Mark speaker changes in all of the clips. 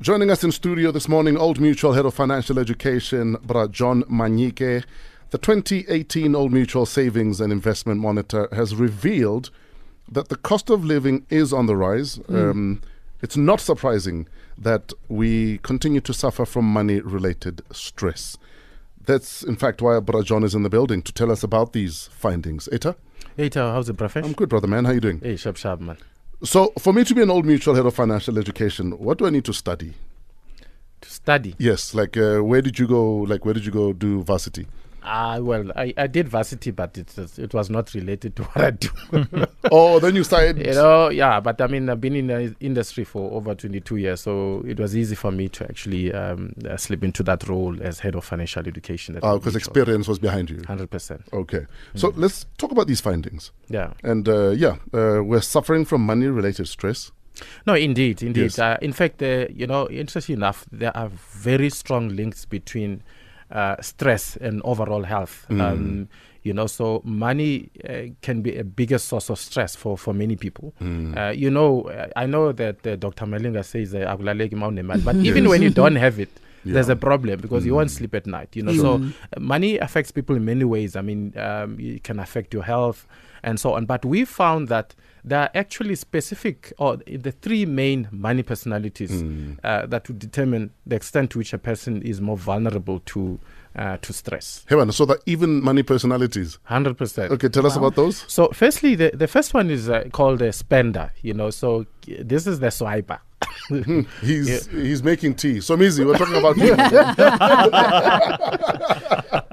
Speaker 1: Joining us in studio this morning, Old Mutual Head of Financial Education, Bra John Manyike. The 2018 Old Mutual Savings and Investment Monitor has revealed that the cost of living is on the rise. Um, it's not surprising that we continue to suffer from money related stress. That's, in fact, why Bra John is in the building to tell us about these findings. Eta?
Speaker 2: Hey, Tao, how's it, Prafesh?
Speaker 1: I'm good, brother man. How you doing?
Speaker 2: Hey, sharp, sharp, man.
Speaker 1: So, for me to be an Old Mutual Head of Financial Education, what do I need to study?
Speaker 2: To study.
Speaker 1: Yes, like uh, where did you go? Like where did you go do varsity?
Speaker 2: Ah, well, I, I did varsity, but it, was- it was not related to what I do.
Speaker 1: oh, then you started.
Speaker 2: you know, yeah, but I mean, I've been in the industry for over 22 years, so it was easy for me to actually um, uh, slip into that role as head of financial education. at
Speaker 1: because
Speaker 2: Mutual.
Speaker 1: Oh, experience was behind you.
Speaker 2: 100%.
Speaker 1: Okay, so
Speaker 2: Hmm.
Speaker 1: let's talk about these findings.
Speaker 2: Yeah.
Speaker 1: And uh, yeah, uh, we're suffering from money-related stress.
Speaker 2: No, indeed, indeed.
Speaker 1: Yes.
Speaker 2: Uh, in fact, uh, you know, interesting enough, there are very strong links between uh, stress and overall health. Um, you know, so money uh, can be a bigger source of stress for, for many people. Uh, you know, uh, I know that uh, Dr. Malinga says, uh, "Akulaleki mawunemali," but even when you don't have it, there's a problem because you won't sleep at night. You know, so uh, money affects people in many ways. I mean, um, it can affect your health and so on. But we found that there are actually specific or the three main money personalities uh, that would determine the extent to which a person is more vulnerable to uh, to stress.
Speaker 1: Hey man, so that even money personalities.
Speaker 2: Hundred percent.
Speaker 1: Okay, tell us about those.
Speaker 2: So, firstly, the, the first one is uh, called a spender. You know, so uh, this is the swiper.
Speaker 1: He's he's making tea. So Mizi, we're talking about you.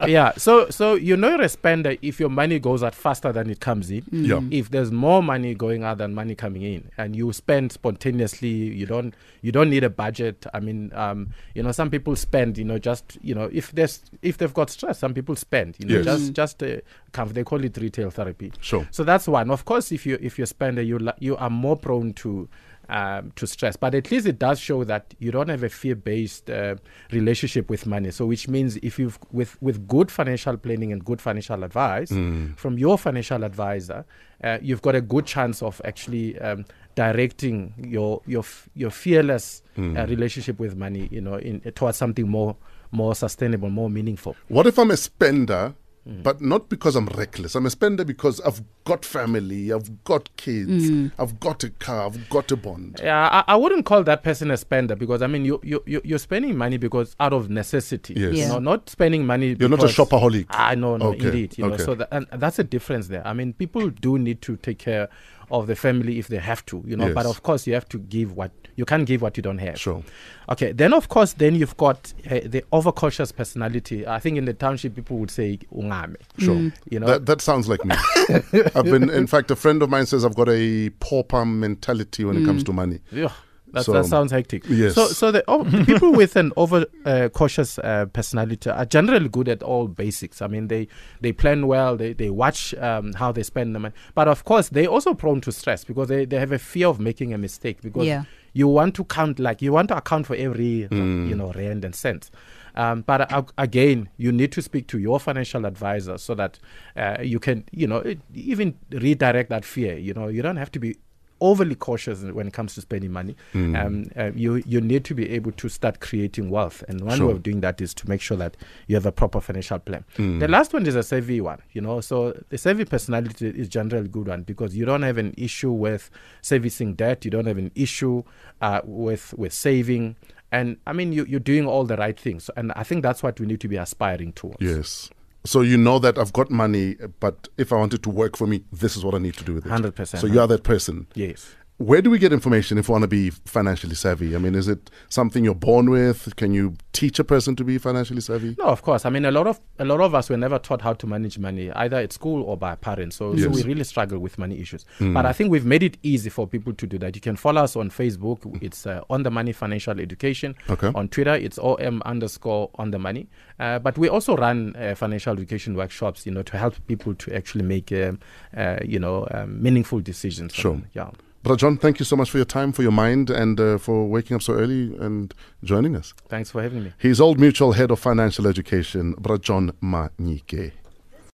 Speaker 2: yeah. So so you know you're a spender if your money goes out faster than it comes in.
Speaker 1: Mm. Yeah.
Speaker 2: If there's more money going out than money coming in, and you spend spontaneously, you don't you don't need a budget. I mean, um, you know, some people spend. You know, just you know, if there's if they've got stress, some people spend. You know,
Speaker 1: Yes.
Speaker 2: just just uh, come. They call it retail therapy.
Speaker 1: Sure.
Speaker 2: So that's one. Of course, if you if you spend, you li- you are more prone to um, to stress. But at least it does show that you don't have a fear-based uh, relationship with money. So which means if you've with with good financial planning and good financial advice from your financial advisor, uh, you've got a good chance of actually. Um, directing your your f- your fearless uh, relationship with money you know in towards something more more sustainable more meaningful
Speaker 1: What if I'm a spender,
Speaker 2: Hmm.
Speaker 1: but not because I'm reckless? I'm a spender because I've got family, I've got kids,
Speaker 2: Hmm.
Speaker 1: I've got a car, I've got a bond.
Speaker 2: Yeah, I, I wouldn't call that person a spender because I mean you you you- you're spending money because out of necessity.
Speaker 1: Yes.
Speaker 2: You
Speaker 3: Yeah.
Speaker 2: know, not spending money.
Speaker 1: You're not a
Speaker 2: because-
Speaker 1: shopaholic.
Speaker 2: Ah, no, no,
Speaker 1: Okay,
Speaker 2: indeed. You know,
Speaker 1: okay.
Speaker 2: so that, and that's a difference there. I mean, people do need to take care of the family if they have to. You know, but
Speaker 1: Yes.
Speaker 2: of course you have to give what you can't give what you don't have.
Speaker 1: Sure.
Speaker 2: Okay. Then of course then you've got uh, the overcautious personality. I think in the township people would say ungame.
Speaker 1: Sure.
Speaker 2: You know.
Speaker 1: That, that sounds like me. I've been, in fact, a friend of mine says I've got a pauper mentality when it comes to money.
Speaker 2: Yeah. That,
Speaker 1: So-
Speaker 2: that sounds hectic.
Speaker 1: Yes.
Speaker 2: So, so the, oh, the people with an over uh, cautious uh, personality are generally good at all basics. I mean, they they plan well. They they watch um, how they spend the money. But of course, they also prone to stress because they, they have a fear of making a mistake because
Speaker 3: Yeah.
Speaker 2: you want to count like you want to account for every you know rand and cent. Um, but a- again, you need to speak to your financial advisor so that uh, you can you know it- even redirect that fear. You know, you don't have to be overly cautious when it comes to spending money. Um, uh, you you need to be able to start creating wealth, and one
Speaker 1: Sure.
Speaker 2: way of doing that is to make sure that you have a proper financial plan.
Speaker 1: Mm.
Speaker 2: The last one is a savvy one, you know. So the savvy personality is generally good one because you don't have an issue with servicing debt, you don't have an issue uh, with with saving. And I mean, you, you're doing all the right things. And I think that's what we need to be aspiring towards.
Speaker 1: Yes. So you know that I've got money, but if I want it to work for me, this is what I need to do with it.
Speaker 2: 100%.
Speaker 1: So you are that person.
Speaker 2: Yes.
Speaker 1: Where do we get information if we want to be financially savvy? I mean, is it something you're born with? Can you teach a person to be financially savvy?
Speaker 2: No, of course. I mean, a lot of a lot of us were never taught how to manage money, either at school or by parents. So, so
Speaker 1: Yes. Mm.
Speaker 2: we really struggle with money issues. But I think we've made it easy for people to do that. You can follow us on Facebook. It's uh, on the money financial education.
Speaker 1: Okay.
Speaker 2: On Twitter, it's om underscore on the money. Uh, but we also run uh, financial education workshops, you know, to help people to actually make, um, uh, you know, um, meaningful decisions.
Speaker 1: Sure.
Speaker 2: Yeah.
Speaker 1: But John, thank you so much for your time, for your mind, and uh, for waking up so early and joining us.
Speaker 2: Thanks for having me.
Speaker 1: He's Old Mutual Head of Financial Education, Brajon Manike.